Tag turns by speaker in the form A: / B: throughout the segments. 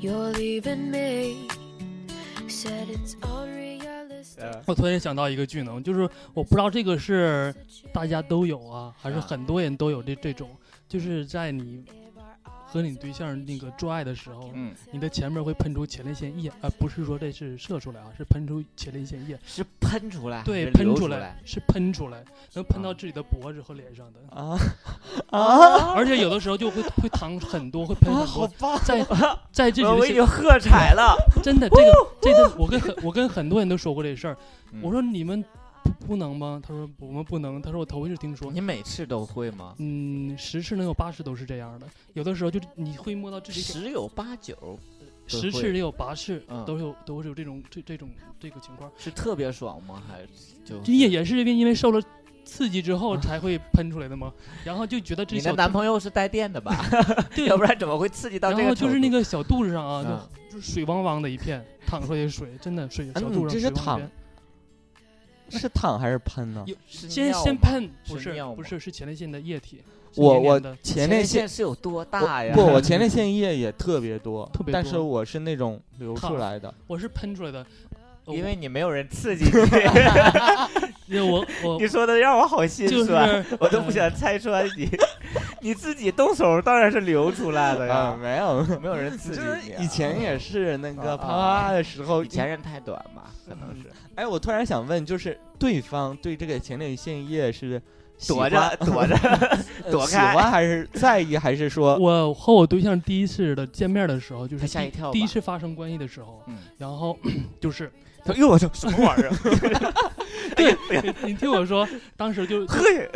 A: You're leaving me. Said it's all realistic.
B: 呃，
C: 我突然想到一个技能，就是我不知道这个是大 家都有啊，还是
B: 啊
C: 很多人都有这这种，就是在你和你对象那个做爱的时候，
B: 嗯，
C: 你的前面会喷出前列腺液，呃，不是说这是射出来啊，是喷出前列腺液，
B: 是喷出来，
C: 对，
B: 啊还是
C: 喷
B: 流出
C: 来是喷出来，能喷到
B: 啊
C: 自己的脖子和脸上的，
B: 啊 啊
C: 而且有的时候就会会淌很多，会喷
B: 啊！
C: 很
B: 好
C: 多，
B: 棒！啊
C: 在在这
B: 我
C: 里
B: 我已
C: 的现
B: 经 喝彩了。
C: 真的这个 这个，我跟很我跟很多人都说过这事儿，
B: 嗯
C: 我说你们不不能吗？他说我们不能，他说我头一次听说。
B: 你每次都会吗？
C: 嗯，十次能有八次都是这样的，有的时候就是你会摸到自己
B: 十有八九
C: 十次
B: 会
C: 也有八次，
B: 嗯
C: 都有都是有这种这这种这个情况。
B: 是特别爽吗？还是就
C: 你也也是因为因为受了刺激之后才会喷出来的吗？然后就觉得这
B: 你的
C: 小
B: 男朋友是带电的吧？
C: 对
B: 要不然怎么会刺激到这
C: 然
B: 个？
C: 后就是那，个小肚子上啊
B: 啊，
C: 就就是水汪汪的一片，淌出来的水，真的水
D: 啊
C: 小
B: 嗯
D: 你
C: 肚
D: 这是
C: 上水汪汪一片。
D: 是淌还是喷呢？
C: 有
B: 是
C: 先
B: 尿
C: 先
B: 吗
C: 喷，不
B: 是
C: 是
B: 尿
C: 不
B: 吗
C: 是是前列腺的液体。是
D: 我
C: 黏黏
D: 我
C: 的
D: 前
B: 列
D: 列腺
B: 腺是有多
D: 我
B: 大呀？
D: 不，我前列腺液也 特别多，
C: 特别
D: 但
C: 多
D: 是我是那种流出
C: 淌
D: 来的，
C: 我是喷出来的，呃
B: 因为你没有 人刺激你，
C: 因为我 我
B: 你说的让我好心
C: 就是
B: 酸，我都不
C: 呃
B: 想拆穿你。 你自己动手当然是流出来的
D: 啊，
B: 呀，
D: 没有，
B: 没有人
D: 就
B: 刺激
D: 是
B: 你啊。
D: 以前也是那个
B: 啊
D: 啪啪啪的时候，
B: 以前人太短吧，可能是
C: 嗯
D: 哎，我突然想问，就是对方对这个前列腺液是喜
B: 躲
D: 欢
B: 着躲着
D: 呃
B: 躲
D: 喜
B: 开
D: 欢还是在意，还是说
C: 我和我对象第一次的见面的时候，就是
B: 他吓
C: 第
B: 一跳吧
C: 第一次发生关系的时候，
B: 嗯
C: 然 后就是
B: 他哟，我操，什么玩意儿？啊哎
C: 你你听我说，当 时就
B: 嘿，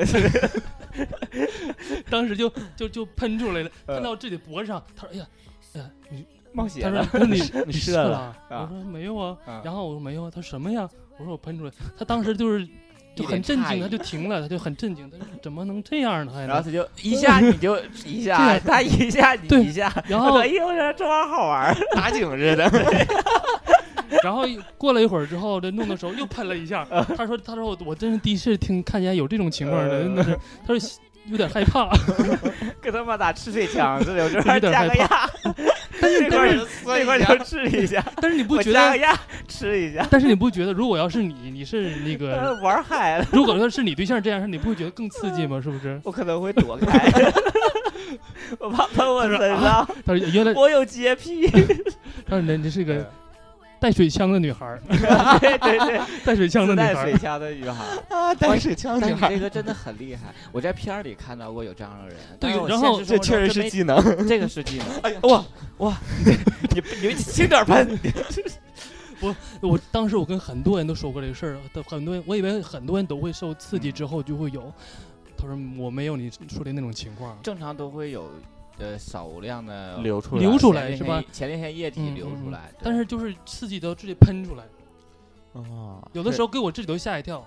C: 当时就就就喷出来了，
B: 呃啊
C: 喷到自己脖子上，他说哎呀。哎呀你
B: 冒险
C: 他说
B: 了，
C: 他说你
D: 你
C: 射
D: 射
C: 了啊？
B: 啊
C: 我说没有啊
B: 啊。
C: 然后我说没有啊。他说什么呀？我说我喷出来。他当时就是就
B: 一
C: 很
B: 脸
C: 震
B: 诧
C: 惊，
B: 异
C: 他就停了，他就很震惊。他说怎么能这样呢？还
B: 然后
C: 能
B: 他就一下你就一下，
C: 对
B: 他一下你
C: 对哦
B: 一下，
C: 然
B: 他说
C: 后
B: 哎呦，我说这玩意儿好玩儿，打井似的。
C: 然后过了一会儿之后，这弄的时候又喷了 一下。
B: 啊
C: 他说：“他说我我真是第一次听看见有这种情况的，
B: 呃
C: 真的是。”他说有点害怕，
B: 跟他妈打赤水枪似的，我这
C: 有
B: 边
C: 点
B: 加个
C: 害
B: 牙，
C: 但是
B: 这块
C: 但
B: 儿
C: 是
B: 就这块儿就吃一下，
C: 但是你不
B: 我
C: 觉
B: 加个
C: 得？
B: 牙吃一下，
C: 但是你不觉得，如果要是你，你是那
B: 呃
C: 个，
B: 玩嗨了，
C: 如果说是你对象这样，你不会觉得更刺激吗？是不是？
B: 我可能会躲开，我怕喷我身上，
C: 他说原来，
B: 我有洁癖，
C: 他说你这是个
B: 呃
C: 带水枪的女孩儿，
B: 对对对，
C: 带水枪的
B: 自
C: 女
B: 带
C: 孩
B: 水
C: 儿。
B: 枪的女孩儿。
D: 啊，带水枪
B: 但
D: 女
B: 你
D: 孩
B: 这个真的很厉害，我在片儿里看到过有这样的人，但是
C: 对
B: 我
C: 然
B: 现
C: 后
B: 实
D: 这
B: 生活
D: 确
B: 中
D: 实
B: 真
D: 是
B: 没
D: 技能，
B: 这个是技能。
D: 哎呀
B: 哇 哇，你你你轻点喷，
C: 我当时我跟很多人都说过这事儿，但很多人我以为很多人都会受刺
B: 嗯
C: 激之后就会有。他说我没有你说的那种情况，
B: 正常都会有呃少量的
D: 流出来，
C: 流出来
B: 前列
C: 是
B: 腺
C: 吧？
B: 液？前列腺液体
C: 嗯
B: 流
C: 嗯
B: 出
C: 嗯
B: 来，对
C: 但是就是刺激到自己喷出来，
D: 啊，
C: 有的
B: 对
C: 时候给我自己都吓 一跳。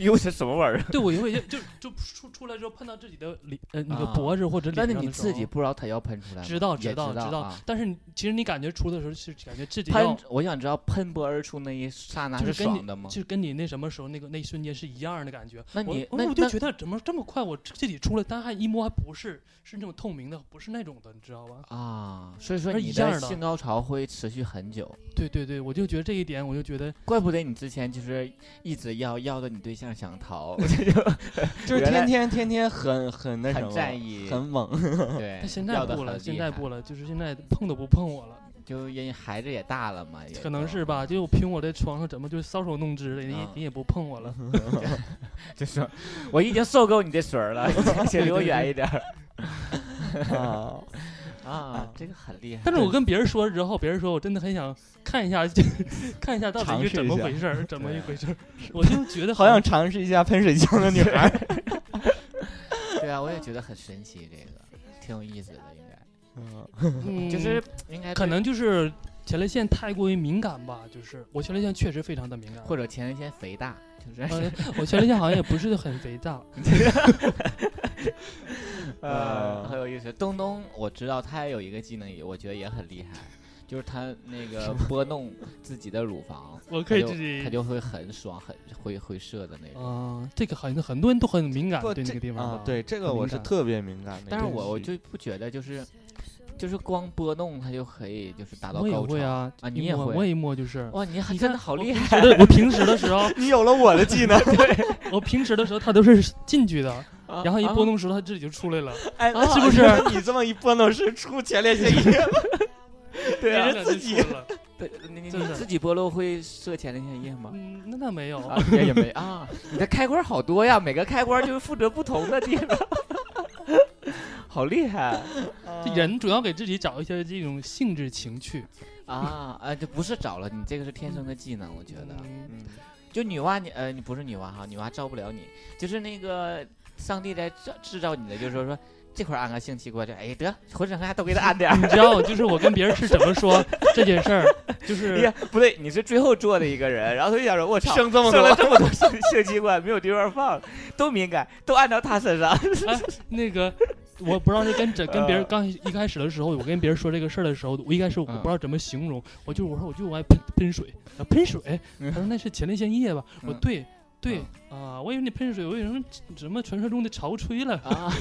B: 哟，这什么玩意儿？啊
C: 对我也会就就出出来之后碰到自己的脸呃那个
B: 啊
C: 脖子或者脸
B: 但是
C: 上的
B: 你
C: 时候
B: 自己不知道它要喷出来吗，
C: 知道
B: 也知
C: 道知
B: 道。啊
C: 但是你其实你感觉出的时候是感觉自己要
B: 喷，我想知道喷薄而出那一刹那
C: 就是跟
B: 爽
C: 你
B: 的吗
C: 就？是跟你那什么时候那个那一瞬间是一样的感觉。
B: 那
C: 我
B: 你
C: 我
B: 那
C: 我就
B: 那
C: 觉得怎么这么快我自己出来，但还一摸还不是是那种透明的，不是那种的，你知道吧？
B: 啊，所以说
C: 它是
B: 你
C: 一样
B: 的
C: 的
B: 性高潮会持续很久，
C: 对对对，我就觉得这一点，我就觉得
B: 怪不得你之前就是一直要要的你对象 想逃，
D: 就是
B: 原来
D: 天天天天很很那什
B: 很
D: 么，
B: 在 意，
D: 很猛。
B: 对，
C: 他现在
B: 哎要的
C: 不了，
B: 很
C: 现
B: 厉
C: 在
B: 害啊
C: 不了，就是现在碰都不碰我了。
B: 就因为孩子也大了嘛，也啊
C: 可能
B: 就是
C: 吧，就凭我在床上怎么就搔首弄姿的，你也
B: 啊
C: 你也不碰 我了。
B: 就是我已经受够你的水儿 了，请离我
C: 对对
B: 远一点儿
D: 啊，
B: 啊！这个很厉害，
C: 但是我跟别人说了之后，别人说我真的很想看一下， 就看一下到底
D: 尝
C: 是
D: 试
C: 怎
D: 一
C: 么
D: 下
C: 回事 儿，怎么一
B: 对
C: 回事儿，我就觉得
D: 好想尝试一下喷水枪的女孩儿。
B: 对啊，我也觉得很神奇，这个挺有意思的，应该
D: 嗯
C: 嗯
B: 就是应该
C: 可
B: 哎对
C: 能就是前列腺太过于敏感吧，就是我前列腺确实非常的敏感，
B: 或
C: 者
B: 者前列腺肥大，就是
C: 呃，我前列腺好像也不是很肥 大，
B: 呃，
D: 嗯
B: 很有意思。东东，我知道他也有一个技能，也我觉得也很厉害， 就是他那个拨弄自己的乳房，
C: 我
B: 他
C: 可以
B: 就
C: 自己
B: 他就会很爽，很会会射的那种。
C: 啊，这个好像很多人都很敏感
D: 不
C: 对
D: 这
C: 那个地方
D: 啊
C: 吧，，
D: 对这个
C: 很
D: 我
C: 敏
D: 是
C: 感
D: 特别敏感的一个区域，
B: 但是我我就不觉得就是就是光拨弄它就可以，就是达到
C: 我也
B: 高
C: 会
B: 潮。
C: 啊，
B: 啊
C: 一
B: 你也
C: 摸
B: 会哦
C: 我也摸就是。
B: 哇，你还
C: 你
B: 真
C: 看
B: 的好
C: 我
B: 厉
C: 平
B: 害！
C: 时的我平时的时候，
D: 你有了我的技 能，
C: 我平时的时候它都是进去的，
D: 啊
C: 然后一拨，
D: 啊
C: 弄时候它自己就出来了。
D: 哎，
B: 哦啊
D: 那
C: 是不是？
D: 你这么一拨弄是出前列腺液了？对
C: 这
D: 啊，
C: 两
D: 自
C: 天
D: 己
C: 出来了。
B: 对，你你
C: 真
B: 你
C: 的
B: 自己剥落会射前列腺液 吗？
C: 嗯，那倒没有。
B: 啊，也也没啊，你的开关好多呀，每个开关就是负责不同的地方， 好厉 害
D: 啊
C: 这人主要给自己找一些这种性质情趣，
B: 啊！啊，这不是找了，你这个是天生的技能，我觉得。
C: 嗯
D: 嗯
B: 就女娲你呃，你不是女娲哈，女娲招不了你，就是那个上帝来制制造你的，就是说说这块儿安个性器官，就哎得浑身上下都给他安点
C: 你
B: 儿。
C: 知道，就是我跟别人是怎么说这件事儿，就
B: 哎
C: 是
B: 呀，不对，你是最后做的一个人，然后他就想说，我操，
D: 生这么
B: 生了
D: 多，
B: 这么多性性器官，没有地方放，都敏感，都按到他身上。
C: 那个。我不知道是跟这跟别人刚一开始的时候，我跟别人说这个事儿的时候，我一开始我
B: 呃嗯
C: 不知道怎么形容，我就我说我就爱喷喷 水，啊喷水，
B: 嗯
C: 他说那是前列腺液吧？我
B: 嗯
C: 对对啊，我以为你喷水，我以为什么什么传说中的潮 吹了，
B: 啊，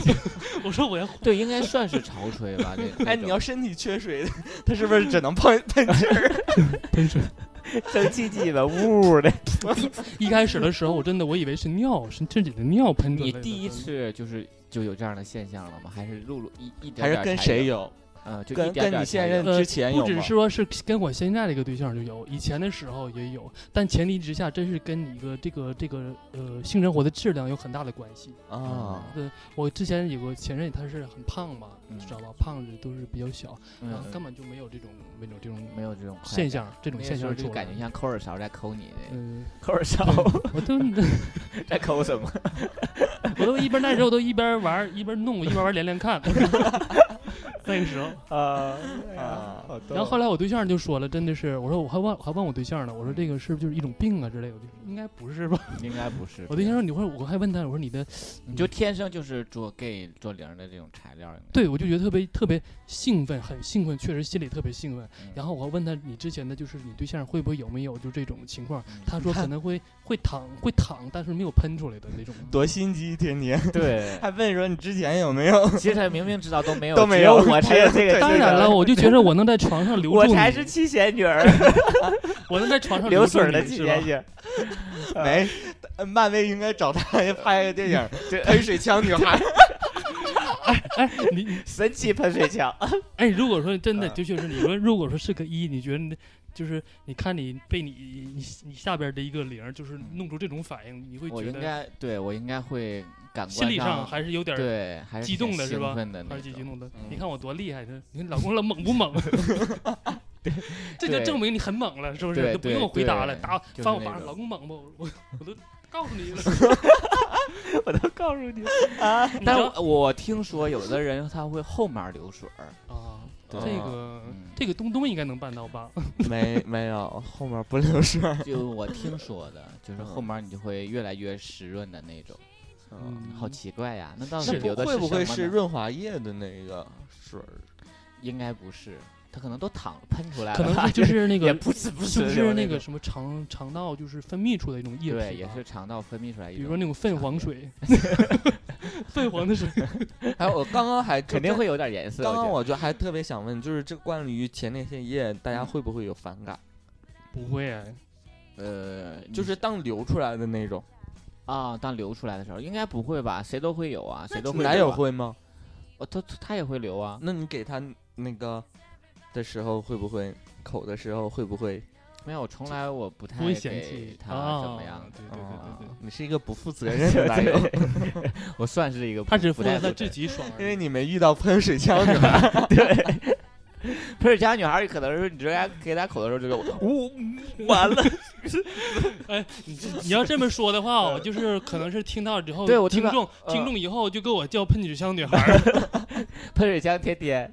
C: 我说我要
B: 对，应该算是潮吹吧。这这
D: 哎，你
B: 种
D: 要身体缺水，他是不是只能碰喷气儿？
C: 喷水。
B: 生气气的，呜呜的。
C: 一开始的时候，我真的我以为是尿，是自己的尿喷出来
B: 你
C: 的。
B: 第一次就是就有这样的现象了吗？还是露露一一点
D: 还是
B: 点
D: 跟
B: 才
D: 谁
B: 有？
D: 有？
B: 嗯，就一
D: 跟
B: 点
D: 跟
B: 点
D: 你现
B: 才有
D: 任之前有
C: 呃不只
D: 吗
C: 是？说是跟我现在这个对象就有，以前的时候也有，但前提之下，真是跟你一个这个这个呃性生活的质量有很大的关系。
D: 啊，
C: 呃，我之前有个前任，他是很胖嘛，
B: 嗯
C: 知道吧？胖子都是比较小，
B: 嗯
C: 然后
B: 嗯
C: 根本就没有这种没有这种
B: 没有这种快
C: 现
B: 感。
C: 象，
B: 那
C: 这种
B: 个
C: 现
B: 时候
C: 象
B: 就
C: 出来
B: 感觉。像抠耳勺在抠你的，
C: 嗯，
B: 抠耳勺
C: 我都
B: 在抠什么？
C: 我都一边带着我都一边玩儿一边弄一边玩儿连连看， 那个时 候。
D: 啊啊！
C: 然后后来我对象就说了，真的是，我说我还问还问我对象呢，我说这个是不是就是一种病啊之类的，我就说应该不是吧？
B: 应该不是。
C: 我对象说你会，我还问他，我说你的，
B: 你就天生就是做 gay 做零的这种材料。应该，
C: 对我就觉得特别特别兴奋，很兴奋，确实心里特别兴奋。
B: 嗯
C: 然后我还问他，你之前的就是你对象会不会有没有就这种情况？
B: 嗯
C: 他说可能会会淌会淌，但是没有喷出来的那种。
D: 啊多心机，天天
B: 对，
D: 还问说你之前有没 有？
B: 其实他明明知道都没有，
D: 都没
B: 只
D: 有
B: 我才有这
D: 对
B: 个，
C: 当然了，我就觉得我能在床上留住
B: 我
C: 你，
B: 才是七仙女 儿，
C: 我能在床 上
B: 流
C: 住
B: 水儿的
C: 你
B: 七
C: 是吧
B: 仙女儿。啊
D: 没，呃漫威应该找他拍个电影，《喷水枪女孩》
C: 哎，你你
B: 神奇喷水枪，
C: 哎，如果说真的，
B: 嗯
D: 啊
C: 的确是你说，如果说是个一，你觉得那就是你看你被你你你下边的一个零儿，就是弄出这种反应，你会
B: 我
C: 觉
B: 应
C: 得
B: 该对我应该会感官
C: 心理上还是有点儿
B: 对还是
C: 激动
B: 挺
C: 的是
B: 兴
C: 吧
B: 奋的那
C: 还是激
B: 种
C: 激动的。你
D: 嗯
C: 看我多厉害，这你看老公了猛不 猛？这就
B: 对
C: 证明你很猛了，是不
B: 对
C: 是？都不
B: 对
C: 用我回答了，
B: 对
C: 打
B: 就是
C: 翻我
B: 那
C: 巴掌，
B: 种
C: 老公猛不？我我都告 诉你了，
B: 我都告诉你 啊！
C: 知
B: 但
C: 道
B: 我我听说有的人他会后面流水儿，
C: 啊，这
D: 对
C: 个
B: 嗯啊
C: 这个东东应该能办到吧？
D: 没没有，后面不留声。
B: 就我听说的，就是后面你就会越来越湿润的那种，
C: 嗯
B: 好奇怪呀！那到底
C: 是
D: 啊那
B: 流的
D: 不会不会是
B: 什么呢？
D: 润滑液的那个水儿？
B: 应该不是，他可能都淌喷出来了
C: 可
B: 吧，
C: 能是就是那
B: 也
C: 个
B: 不是不
C: 是不
B: 流
C: 是那个
B: 种
C: 什么肠肠道就是分泌出的一种液体吧？
B: 对，也是肠道分泌出来一
C: 比如说那
B: 种，
C: 种凤 凰水，凤凰的水，
D: 还有我刚刚还
B: 肯定。会有点颜色。
D: 刚刚
B: 我
D: 我就还特别想问，就是这关于前列腺液，大家会不会有反感？
B: 嗯
C: 不会啊，
B: 觉得呃，
C: 嗯
B: 你
D: 就是当流出来的那种，
B: 啊，当流出来的时候应该不会吧？谁都会有啊，哦谁都会。
D: 男友，会吗？
B: 我他他也会流啊，
D: 那你给他那个的时候，会不会口的时候会不会？
B: 没有，从来我不太
C: 不会嫌
B: 给
C: 弃
B: 他
C: 啊，
B: 怎么样啊的。
C: 对对对对对，
D: 你是一个不负责任的男友，
B: 对 我算是一个不，
C: 他只
B: 不
C: 负责
B: 太
C: 他
B: 负责
C: 自 己爽而已，
D: 因为你没遇到喷水枪女孩。
B: 不是家女孩儿可能是你直接给她口的时候就说， 呜、
C: 嗯
B: 完了。
C: 哎，你这你要这么说的话，我就是可能是听到之后，
B: 对我听
C: 听
B: 到
C: 众
B: 呃
C: 听众以后就给我叫喷水枪女孩儿，
B: 喷水枪天 天，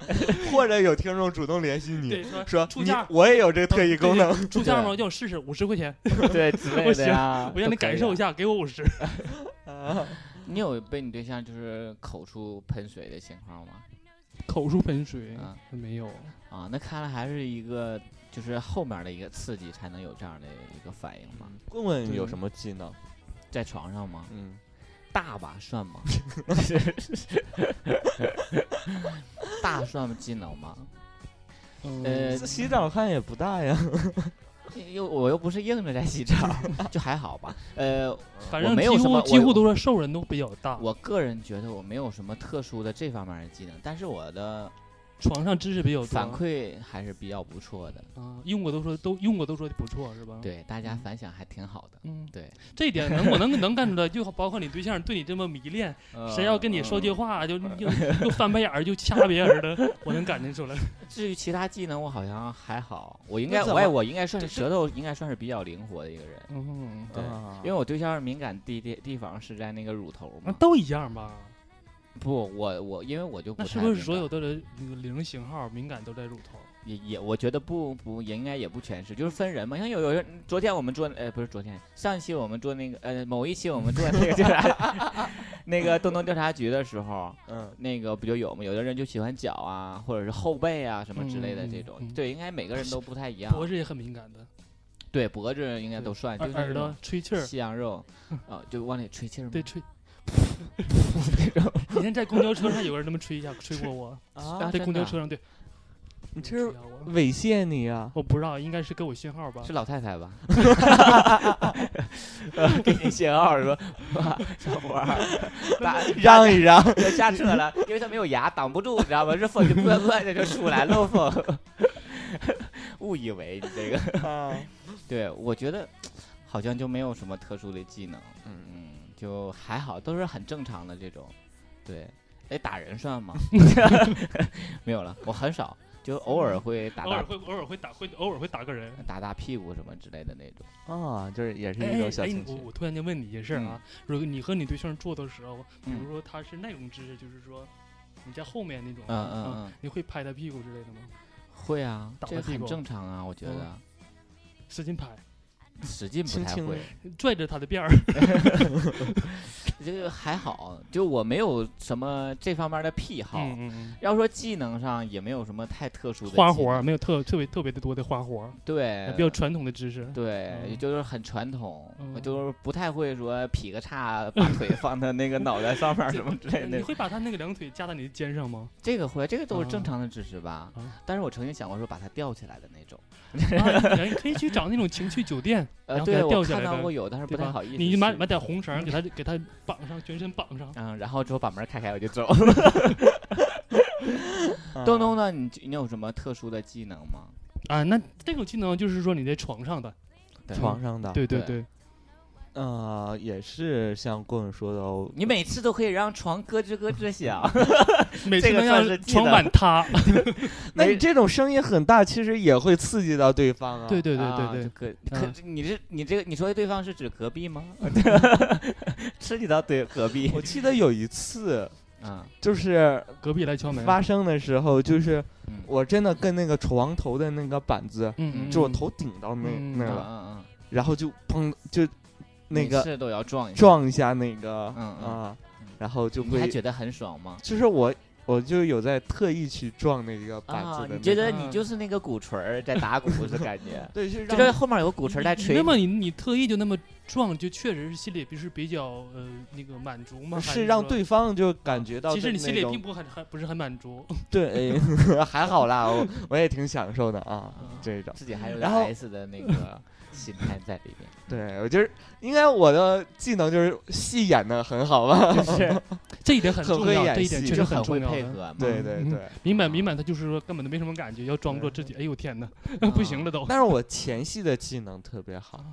D: 或者有听众主动联系你，
C: 对，说
D: 说
C: 出
D: 你
C: 价
D: 我也有这个特异功能，
C: 出价吗？叫我试试五十块钱，
B: 对之类的呀。
C: 我让你感受
B: 下。
C: 一下，给我五十。
B: 啊你有被你对象就是口出喷水的情况吗？
C: 口出喷水
B: 啊
C: 没有，
B: 啊，那看来还是一个就是后面的一个刺激才能有这样的一个反应
C: 嗯
B: 嘛。
D: 棍棍
C: 对
D: 有什么技能？
B: 在床上
C: 嗯
B: 吗？
D: 嗯，
B: 大吧算吗？大算不技能吗？
C: 嗯，
B: 呃，
D: 洗澡汗也不大呀。
B: 又我又不是硬着在洗 澡，就还好吧。呃，
C: 反
B: 我
C: 正
B: 没有什
C: 几
B: 么
C: 乎
B: 我
C: 几乎都是兽人都比较大，
B: 我个人觉得我没有什么特殊的这方面的技能，但是我的
C: 床上知识比较多。
B: 反馈还是比较不错的。
C: 啊，用过都说都用过都说不错是吧？，
B: 对，大家
C: 嗯
B: 反响还挺好的。
C: 嗯，
B: 对，
C: 这一点能我能能看出来，就包括你对象对你这么迷 恋，
B: 嗯
C: 谁要跟你说句话就就就翻白眼儿就 掐别人的，我能感觉出来。
B: 至于其他技能，我好像还好，我应该
D: 那怎
B: 啊我也
D: 么
B: 我应该算是
C: 这
B: 舌头应该算是比较灵活的一个人，
C: 嗯，
B: 对
D: 啊
B: 因为我对象敏感地地地方是在那个乳头
C: 那
B: 嘛。
C: 都一样吧？
B: 不，我我因为我就不
C: 那
B: 太
C: 是不是
B: 敏
C: 所
B: 感
C: 有的人那个零型号敏感都在乳头？
B: 也也我觉得不不也应该也不全是，就是分人嘛。像有有人昨天我们做呃不是昨天上一期我们做那个呃某一期我们做那个调查那个 东东调查局的时候，
D: 嗯，
B: 那个不就有吗？有的人就喜欢脚啊，或者是后背啊什么之类的
C: 嗯
B: 这种。
C: 嗯
B: 对，应该每个人都不太一样。
C: 脖子也很敏感的，
B: 对脖子应该都算，就
C: 耳
B: 是
C: 耳
B: 那
C: 朵
B: 种
C: 吹 气儿，
B: 西洋肉，啊，就往里吹气儿嘛。
C: 对吹。以前在公交车上有个人那么吹一下，吹过我，
D: 啊，
C: 在公
B: 真的
C: 交
B: 啊
C: 车上对，嗯
D: 你这
C: 吹
D: 是
C: 过我。
D: 猥亵你啊！
C: 我不知道，应该是给我信号吧
B: 是。老太太吧？ 给你信号说，哇小伙儿，打
D: 让一让，
B: 就下车了，因为他没有牙挡不住，你知道吗？这风就 啵啵的就出来漏风， 误以为你这 个。
C: 啊
B: 对，我觉得好像就没有什么特殊的技能，
D: 嗯，
B: 嗯，就还好，都是很正常的这种。对，哎，打人算吗？ 没有了，我很少，就偶尔会打
C: 偶
B: 打
C: 尔会偶尔会打会偶尔会打 个人。
B: 打打屁股什么之类的那种。
D: 啊，就是也是
C: 哎
D: 一种小
C: 哎
D: 情
C: 我
D: 趣。
C: 我突然间问你一件事儿
B: 嗯
C: 啊，如果你和你对象做的时候，比如说他是那种姿势，就是说你在后面那种，啊
B: 嗯嗯嗯，
C: 你会拍他屁股之类的吗？
B: 会啊，
C: 打
B: 这
C: 他
B: 个
C: 屁
B: 很
C: 股
B: 正常啊，我觉
C: 嗯
B: 得。
C: 使劲拍，
B: 使劲不
D: 轻
B: 太
D: 轻
B: 会，
C: 拽着他的辫儿。
B: 这个还好，就我没有什么这方面的癖 好。
C: 嗯嗯
B: 要说技能上也没有什么太特殊
C: 嗯，
B: 的
C: 花
B: 技
C: 活儿
B: 能
C: 没有特特别特别的多的花活儿，
B: 对，
C: 比较传统的姿势。
B: 对，
C: 嗯
B: 就是很传统，
C: 嗯
B: 就是不太会说劈个叉，把腿放到那个脑袋上面儿什 么之类
C: 你
B: 的。
C: 会把他那个两腿夹在你的肩 上吗？
B: 这个会，这个都是
C: 嗯
B: 正常的知识吧
C: 嗯？
B: 但是我曾经想过说把它吊起来的那种，
C: 啊，你可以去找那种情趣 酒店，
B: 呃
C: 然，后给
B: 对
C: 它
B: 我
C: 吊起
B: 看
C: 来
B: 到
C: 的
B: 过有，但是不
C: 对
B: 太
C: 吧
B: 好意思试。
C: 你买买点红绳儿给他给他绑上，全身绑 上。
B: 嗯，然后之后把门开开我就 走。嗯
D: 啊
B: 东东呢？你你有什么特殊的技能吗？
C: 啊，那这种技能就是说你在床上的，
B: 对
D: 床上的，
C: 对对
B: 啊对
C: 对，
D: 呃，也是像棍说的哦，
B: 你每次都可以让床咯吱咯吱响，
C: 每
B: 这
C: 次
B: 个
C: 能
B: 算
C: 让
B: 是技
C: 床
B: 能
C: 板塌，
D: 那
B: 没
D: 你这种声音很大，其实也会刺激到对方啊。
C: 对对对
B: 啊
C: 对
B: 就
C: 对，
B: 隔
C: 嗯
B: 可你这你这个你说的对方是指隔 壁吗？刺激到对隔壁
D: 我记得有一次，
B: 啊，
D: 就是
C: 隔壁来敲门，
D: 发生的时候，就是
B: 嗯
D: 我真的跟那个床头的那个板子，
C: 嗯，嗯
D: 就我头顶到那
C: 嗯
D: 那
B: 嗯
D: 了，
B: 嗯嗯，
D: 然后就砰就那
B: 每
D: 个
B: 次都要撞一下，
D: 撞一下那个
B: 嗯嗯
D: 啊
B: 嗯，
D: 然后就
B: 你还
D: 会
B: 觉得很爽吗？
D: 就是我我就有在特意去撞那个板
B: 啊
D: 子，的
B: 你觉
D: 那个，，
B: 得
C: 嗯
B: 你就是那个鼓槌儿在打鼓的感觉
D: 对，就是
B: 就是
D: 让
B: 后面有鼓槌儿在
C: 你
B: 吹
C: 那。么你你特意就那么撞，就确实是心里不是比较呃那个满足吗？还
D: 是让
C: 说。
D: 对方就感觉到
C: 其实
D: 的
C: 你心
D: 那
C: 里
D: 种
C: 并不很很不是很满足，
D: 对，哎 还好啦，我我也挺享受的啊，这种。
B: 自己还有点
D: 然后
B: S 的那个心态在里面，
D: 对我就是应该我的技能就是戏演的很好吧？
B: 就是
C: 这一点很
D: 很
C: 重
D: 会
C: 要，
D: 演
C: 这一点
D: 戏
C: 确
B: 就
C: 实
B: 很
C: 重
B: 会
C: 要
B: 配
C: 的
B: 合嘛。
D: 对对
C: 嗯
D: 对。
C: 明白明白，他就是说根本就没什么感觉，要装作自己，哎呦天 哪，不行了都。
B: 嗯
D: 但是我前戏的技能特别好，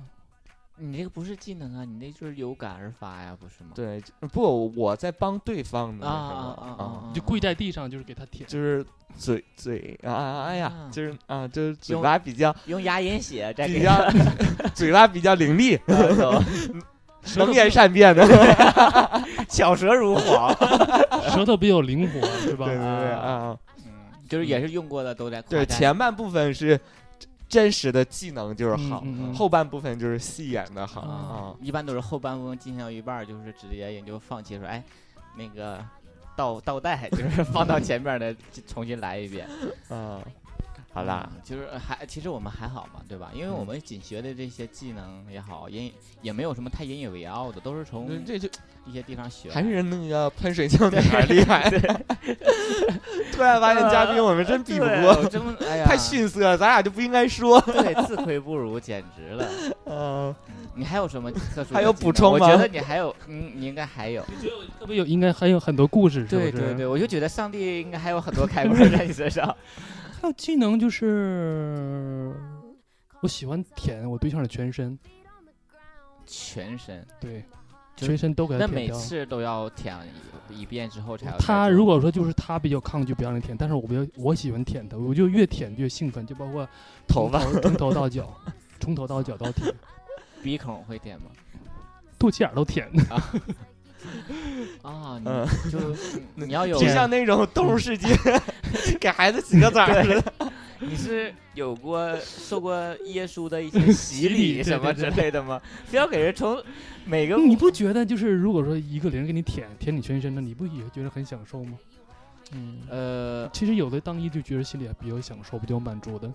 B: 你这个不是技能啊，你那就是有感而发呀，不是吗？
D: 对，不，我在帮对方的
B: 啊
D: 时
B: 啊
D: 候
B: 啊
D: 啊，
C: 你就跪在地上，就是给他 舔，
D: 就是嘴嘴啊啊哎呀
B: 啊，
D: 就是啊，就是嘴
B: 用
D: 巴比较
B: 用牙龈血再
D: 比
B: 给
D: 较 嘴巴比较伶俐，
B: 他走
D: 能言善辩的，
B: 巧舌如簧，
C: 舌头比较灵活，是吧
D: 对对？对啊，
B: 嗯，就是也是用过的都在夸
D: 对，
B: 赞
D: 前半部分是真实的技能就是
C: 嗯
D: 好，
C: 嗯嗯
D: 后半部分就是戏演的好
B: 啊
D: 啊，，
B: 一般都是后半部分进行到一半儿，就是直接也就放弃说，哎，那 个倒倒带，就是放到前面的重新来一遍。
D: 啊， 好啦，嗯
B: 嗯就是还其实我们还好嘛，对吧？因为我们仅学的这些技能也好，也也没有什么太引以为傲的，都是从
D: 那嗯这就
B: 一些地方学来的。
D: 还是那个喷水枪女孩厉害。突然发现嘉宾我们真比不
B: 对
D: 过，
B: 我真 哎呀，
D: 太逊色了，咱俩就不应该说。
B: 对，自愧不如，简直 了。
D: 嗯，
B: 你还有什么特殊的
D: 还有
B: 技能
D: 补充
B: 我
D: 吗
B: 觉得你还有，嗯，你应该还有。
C: 特别有应该还有很多故事，是不
B: 对
C: 是？
B: 对对，我就觉得上帝应该还有很 多开关在你身上。
C: 还有技能就是，我喜欢舔我对象的全身，
B: 全身，
C: 对，
B: 就
C: 全身都给他
B: 那
C: 舔
B: 每
C: 掉。
B: 次都要舔一一遍之后才要再
C: 他
B: 做嗯
C: 如果说就是他比较抗拒不让你舔，但是我比较我喜欢舔他，我就越舔越兴奋，就包括
D: 头发
C: 从从头到脚， 从头到脚都舔，
B: 鼻孔会舔吗？
C: 肚脐眼儿都舔。
B: 啊，
D: 嗯
B: 你 就你要有
D: 就像那种动物世界 给孩子洗个澡似的。
B: 你是有 过受过耶稣的一些洗
C: 礼
B: 礼
C: 对
B: 什么之
C: 对对
B: 类的吗？非要给人 从每个
C: 你不觉得就是如果说一个人给你舔舔你全身的，你不也觉得很享受吗？
D: 嗯，
B: 呃
C: 其实有的当一就觉得心里还比较享受，比较满足的。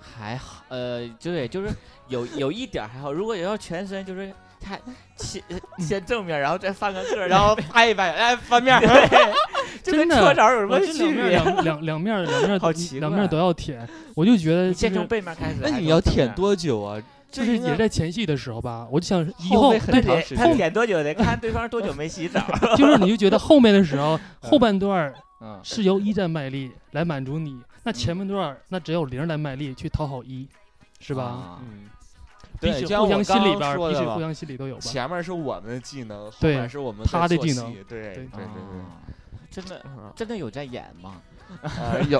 B: 还好呃对，就是有有一点儿还好，如果要全身就是太先先正面，然后再翻个个
D: 然
B: 儿，然后
D: 后拍一拍，哎，翻面儿。
B: 就跟
C: 真的
B: 搓澡有什
C: 我
B: 么
C: 这两
B: 区
C: 面
B: 别？
C: 两两两面两 面
B: 好奇怪
C: 两面都要舔，我就觉得
B: 你
C: 就
B: 先从
C: 是
B: 背面开始，
D: 那
B: 还
D: 你
B: 是
D: 要
B: 从正
D: 舔
B: 面？
D: 多久啊？
C: 就是也是在前戏的时候吧，我就想以
D: 后
C: 后
D: 背很
B: 那
C: 对
D: 长
B: 得
D: 时
B: 他
D: 间
B: 舔多久得看对方多久没洗澡。
C: 就是你就觉得后面的 时候后半段儿
B: 嗯，
C: 是由一在卖力来满足你，那前半段儿那只有零来卖力去讨好一，是
B: 是
C: 吧？
D: 嗯，
C: 彼
D: 对，
C: 此
D: 就像
C: 互
D: 我
C: 相心
D: 刚
C: 里边
D: 刚
C: 儿，
D: 说
C: 彼
D: 的
C: 此
D: 吧
C: 互。相心里都有吧。
D: 前面是我们的技能，后
C: 对
D: 面是我们
C: 他的
D: 做
C: 技
D: 戏
C: 能
D: 对对
C: 对
D: 对对。
B: 啊真的
D: 嗯
B: 真的有在演吗？
D: 啊， 有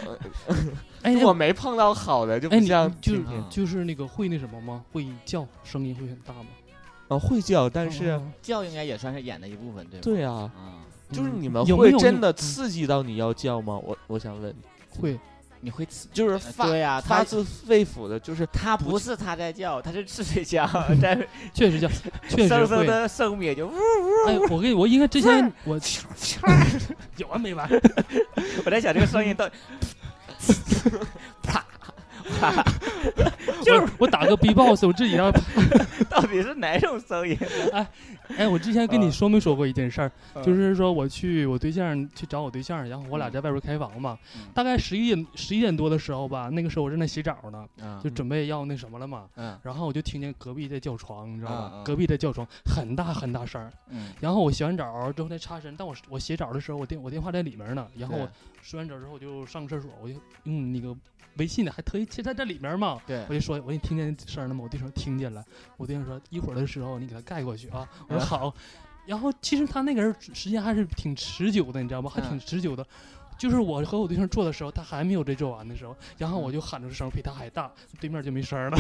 C: 哎，
D: 我没碰到好的，就
C: 哎，
D: 不
C: 你
D: 像
C: 你就是
B: 嗯
C: 就是那个会那什么吗？会叫声音会很大吗？
D: 啊会叫，但是
C: 嗯
B: 叫应该也算是演的一部分，对吗？
D: 对啊，
B: 啊，
D: 就是你们
C: 有没
D: 会
C: 有
D: 真
C: 那
D: 的
C: 种嗯
D: 刺激到你要叫吗？我我想问，
C: 会
B: 你会刺
D: 就是发
B: 对呀、
D: 发
B: 他
D: 自肺腑的，就是
B: 他不是他在叫，他是刺水 枪在
C: 确实叫，确实
B: 生
C: 会
B: 生。的生灭，就呜，
C: 哎，我跟你我应该之前我有完 没完？
B: 我在想这个声 音到底啪啪
C: 就是我打个 B-box，我自己 要。
B: 到底是哪种声音？
C: 哎，我之前
D: 啊
C: 跟你说没说过一件事儿，
B: 嗯
C: 就是说我去我对象去找我对象，然后我俩在外边开房嘛，
B: 嗯
C: 大概十一点十一点多的时候吧，那个时候我正在洗澡呢，
B: 啊
C: 就准备要那什么了嘛。
B: 嗯
C: 然后我就听见隔壁在叫床，你知道吧？
B: 嗯嗯
C: 隔壁在叫床，很大很大声儿。
B: 嗯，
C: 然后我洗完澡之后再擦身，但我我洗澡的时候，我电我电话在里面呢。然后
B: 对
C: 我洗完澡之后我就上厕所，我就用那个微信呢，还特意贴在这里面嘛。
B: 对
C: 我就说，我说你听见声儿了吗？我对象听见了。我对象说，一会儿的时候你给他盖过去啊。我
B: 嗯
C: 说好。然后其实他那个人时间还是挺持久的，你知道吗？还挺
B: 嗯
C: 持久的。就是我和我对象做的时候，他还没有这做完的时候，然后
B: 嗯
C: 我就喊出声儿比他还大，对面就没声儿 了。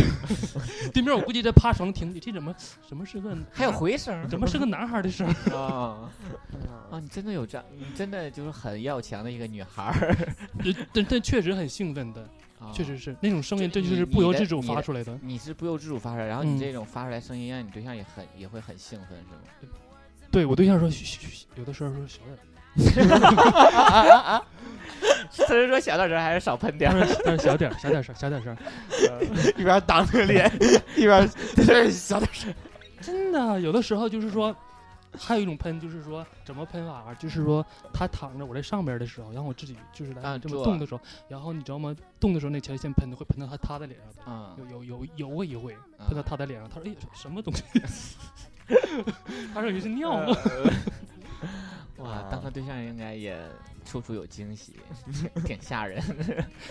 C: 对面我估计在趴床听，这怎么怎么是个
B: 还有回声
C: 怎 么是个 男孩儿的声儿？
B: 啊
D: 嗯
B: 啊！你真的有这样，你真的就是很要强的一个女孩儿，
C: 这但但确实很兴奋的，
B: 啊
C: 确实是那种声音，
B: 就
C: 这就
B: 你
C: 是
B: 你
C: 不由
B: 的
C: 自主
B: 你
C: 发
B: 的
C: 出来的。
B: 你是不由自主发出来，然后你
C: 嗯
B: 这种发出来声音，让你对象也很也会很兴奋，是吗？
C: 对我对象说，嘘嘘嘘，有的时候说小点儿，
B: 所以说小点声，还是少喷点
C: 但
B: 儿。
C: 是但是小点儿，小点儿声儿，小点儿声儿，
D: 一边挡着脸，一边对小点声。
C: 真的有的时候就是说。还有一种喷，就是说怎么喷法、就是说他躺着，我在上边儿的时候，然后我自己就是来
B: 啊
C: 回这
B: 坐
C: 么动的时候，然后你知道吗？动的时候那前列腺喷的会喷到他他的脸上的，
B: 嗯，
C: 有有有有过一回
B: 啊
C: 喷到他的脸上，他说哎什么 东西？他说你是尿
B: 呃
C: 吗？
B: 哇，当个对象应该也处处有惊喜， 挺吓 人。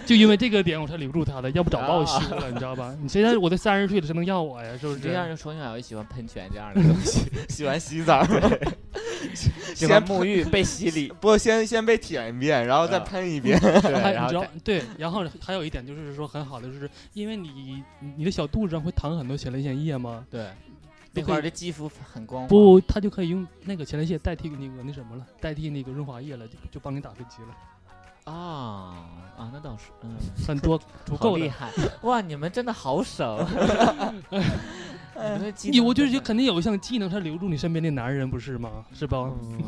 C: 就因为这个点我才留住他的，要不早
B: 啊
C: 把我休了，你知道吧？你谁让我都三十岁了，谁能要我呀？是不
B: 你对象
C: 是？
B: 就从小就喜欢喷泉这样的东 西，
D: 喜欢 洗澡，
B: 喜
D: 先
B: 欢沐浴、被洗 礼。
D: 不先先被舔一遍，然后再
B: 啊
D: 喷一遍。
B: 对，
C: 还
B: 然
C: 你知
B: 后
C: 道对，然后还有一点就是说很好的，就是因为你你的小肚子上会淌很多前列腺液嘛，
B: 对，
C: 都
B: 那块儿
C: 可以
B: 的肌肤很光滑。
C: 不，他就可以用那个前列腺代替那个那什么了，代替那个润滑液了，就就帮你打飞机了，
B: 啊啊，那倒是，嗯，
C: 很 多
B: 好
C: 足够
B: 厉
C: 的。
B: 害。哇，你们真的好省。你们的技
C: 你
B: 能
C: 我就
B: 真
C: 是
B: 的
C: 肯定有一项技能，他留住你身边的男人，不是吗？是吧？
D: 嗯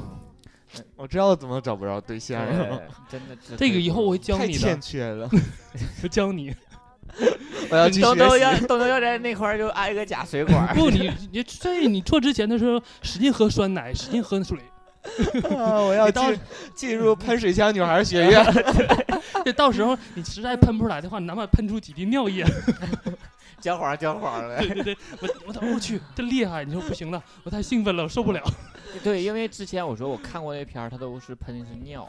D: 我知道怎么找不着对象了，
B: 对真的
C: 这个以后我会教
D: 太
C: 你
D: 欠
C: 的，
D: 缺了。
C: 教你。，
D: 我要去
B: 东东
D: 学
B: 要
D: 习。
B: 东东要在那块儿就安一个假水管
C: 不，你你这你做之前的时候，使劲喝酸奶，使劲 喝水，
D: 啊我要
C: 你到
D: 进进入喷水枪女孩学院。
C: 这到时候你实在喷不出来的话，你哪怕喷出几滴尿液。
B: 焦黄焦黄的。
C: 对对对，我我我去，真厉害！你说不行了，我太兴奋了，我受不了。
B: 对，因为之前我说我看过那片儿，他都是喷的是尿，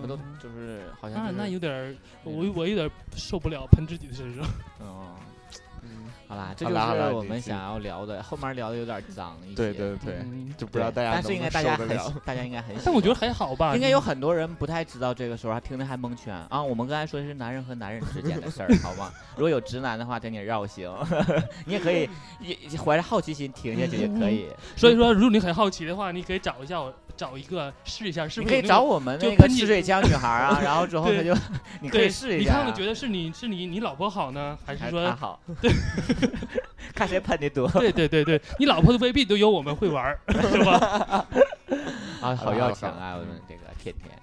B: 他都嗯
C: 嗯，
B: 就是好像
C: 那
B: 就是
C: 那有点儿，我我有点儿受不了喷自己的身上。
B: 嗯，
D: 嗯
B: 好啦，这
D: 好
B: 就
D: 啦好啦
B: 是我
D: 这
B: 们
D: 期
B: 想要聊的，后面聊的有点脏一些。
D: 对对对，
C: 嗯，
D: 就不知道大家能
B: 但是
D: 不
B: 应
D: 能
B: 该大家
D: 受得
B: 很喜
D: 了。，
B: 大家应该很喜欢。
C: 但我觉得还好吧，
B: 应该有很多人不太知道这个时候还听着还蒙圈啊。我们刚才说的是男人和男人之间的事 儿，好吗？如果有直男的话，请你绕行， 你也可以也也怀着好奇心听下去也可以。
C: 所以说，如果你很好奇的话，你可以找一下我，找一个试一下，是
B: 你
C: 不
B: 可
C: 是有
B: 以
C: 那
B: 找
C: 种？
B: 我们
C: 嗯就
B: 那个
C: 喷你
B: 吃水枪女孩啊，然后之后她
C: 对
B: 就你可
C: 对，
B: 以试一
C: 你
B: 下
C: 看
B: 啊。
C: 看，觉得是你是你你老婆好呢，还是
B: 还啊是她
C: 说啊
B: 好， 看谁喷的 多
C: 对对对对，你老婆的未必都有我们会玩儿， 是吧？
B: 啊！好
D: 好
B: 要
D: 好
B: 强啊，
D: 好
B: 我们
D: 嗯
B: 这个天天。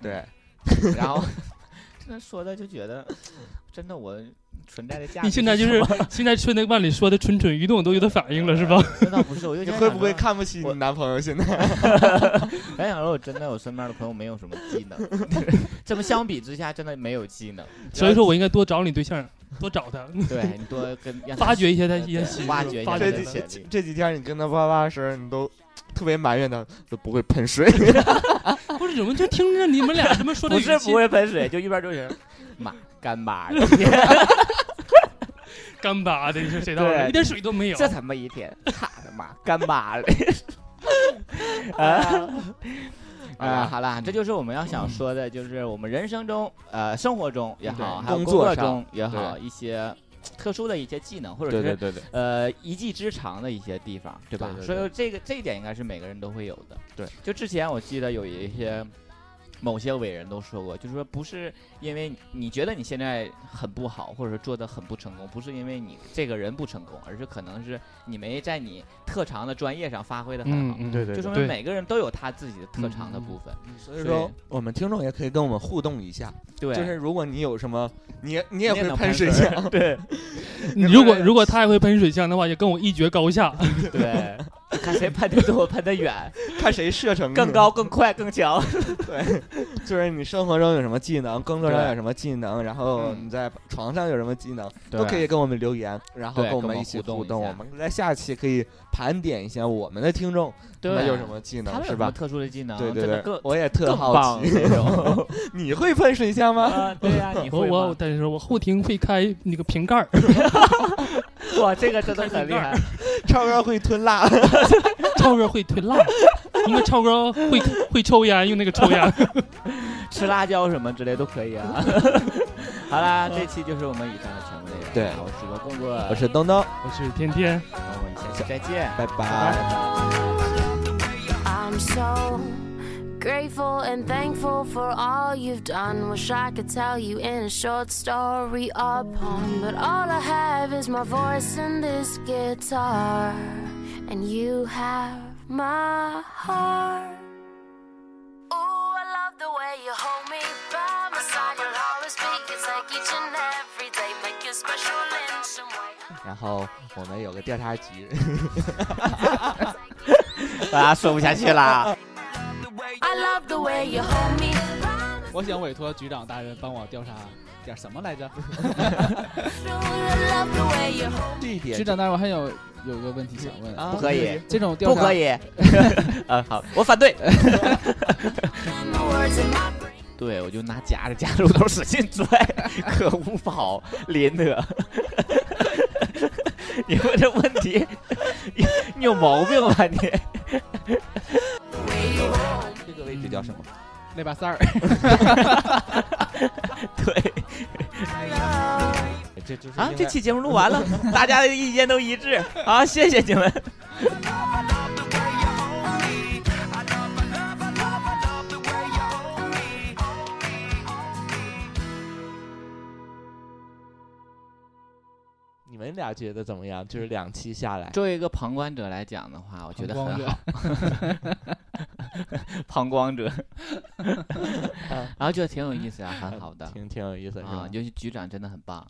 D: 对，
B: 然 后真的说的就觉得，真的我存在的价值什么。嗯呃
C: 你现在就是现在春的万里说的蠢蠢欲动，都有点反应了，是吧？
B: 那倒不是，我就
D: 你
B: 现在
D: 会
B: 想
D: 不会
B: 说？
D: 看不起你
B: 我
D: 男朋友？现在
B: 咱想说，我真的我身边的朋友没有什么技能，这么相比之下，真的没有技能。
C: 所以说我应该多找你对象，多 找他，
B: 对你多跟让他
C: 发掘一下他
B: 对
C: 一些心
B: 挖
C: 思
B: 掘一
C: 发
B: 下
D: 这
C: 掘
B: 他
D: 几
B: 的潜
C: 他
D: 这
B: 力。
D: 这几天你跟他叭叭的时候，你都特别埋怨他都不会喷水。
C: 不是怎么就听着你们俩这么说的
B: 不
C: 语
B: 是
C: 气
B: 不，会喷水，就一边就是 妈干 巴的，
C: 干巴的，你说谁道
B: 对
C: 理？一点水都没有。
B: 这他妈一天，他他妈干巴的。 啊 啊，好啦，嗯这就是我们要想说的，就是我们人生中、呃，生活中也好，
D: 对
B: 还有
D: 工
B: 工作
D: 作上
B: 中也好，一些特殊的一些技能，或者是
D: 对对，
B: 呃一技之长的一些地方，对吧？
D: 对对
B: 所
D: 对
B: 以这个这一点应该是每个人都会有的。
D: 对，
B: 就之前我记得有一些某些伟人都说过，就是说不是因为你觉得你现在很不好，或者说做的很不成功，不是因为你这个人不成功，而是可能是你没在你特长的专业上发挥的很
C: 嗯
B: 好。
C: 嗯，
D: 对对
B: 就说
C: 对
B: 明每个人都有他自己的特长的
C: 嗯嗯嗯
B: 部分，
D: 所以
B: 所以
D: 说我们听众也可以跟我们互动一下，
B: 对，
D: 嗯就是如果你有什么，你你
B: 你
D: 也
B: 也
D: 会
B: 能
D: 喷
B: 喷
D: 水
B: 水
D: 枪，
B: 对嗯
C: 你如果如果他也会喷水枪的话，也跟我一决高下。
B: 对，看谁喷得多， 喷得远，
D: 看谁射程
B: 更。高、更快、更 强。
D: 对，就是你生活中有什么技能，工作上
B: 对
D: 有什么技能，然后
B: 嗯
D: 你在床上有什么技能，
B: 对
D: 都可以跟我们留言，然后
B: 对
D: 跟我
B: 跟我
D: 们
B: 们
D: 一起
B: 互
D: 互
B: 动一
D: 动。
B: 下
D: 我们在下期可以盘点一下我们的听众，他
B: 对，
D: 们有什么技能
B: 他们有
D: 是
B: 什么
D: 吧？
B: 特殊的技能？
D: 对对
B: 真的
D: 对
B: 更，
D: 我也特
B: 更
D: 好
B: 棒
D: 奇，
B: 那种。
D: 你会喷水枪吗？
B: 啊，对呀，你
C: 我
B: 会
C: 我
B: 吗？
C: 但是我后庭会开 那个瓶盖儿，
B: 哇，这个真的很厉害。
D: 超哥会吞蜡，
C: 超哥会推蜡，因为超哥会会抽烟，用那个抽烟。
B: 吃辣椒什么之类都可以啊。 好啦，这期就是我们以上的全部内容。
D: 对
B: 我是主播工作，
D: 我是东东，
C: 我是天天。
B: 我们下期再见。
D: 拜拜。
A: I'm so grateful and thankful for all you've done. Wish I could tell you in a short story or poem, but all I have is my voice and this guitar, and you have my heart. Ooh, I love the way you hold me by my side. You'll always be. It's like each and every day make you special in some way.
D: 然后我们有个调查 局。
B: 啊，说不下去啦。
A: I love the way you hold me. by
E: 我想委托局长大人帮我调查点什么来着？
A: my shoulder. I love the way you hold
D: 这一点
E: 局长大人，我还有有个问题想问，
D: 啊
B: 不可以，
E: 这种调
B: 不
E: 查
B: 可以。 啊，好，我反对。
A: And the words in my brain.
B: 对，我就拿夹着夹着，我都使劲拽， 可恶跑，林德。 你问这问题，你你有毛病吧你？
A: way you hold me.
D: 这个位置叫什么？
B: 嗯
E: 那把三儿，
B: 对。
D: 这就是
B: 啊
D: 应，该
B: 这期节目录完了，大家的意见都一致啊，谢谢你们。
D: 你们俩觉得怎么样？就是两期下来，
B: 作为一个旁观者来讲的话，我觉得很好。 旁观者，然啊后觉得挺有意思啊，很好的
D: 挺挺有意思，是
B: 啊
D: 吧，？
B: 尤其局长真的很棒。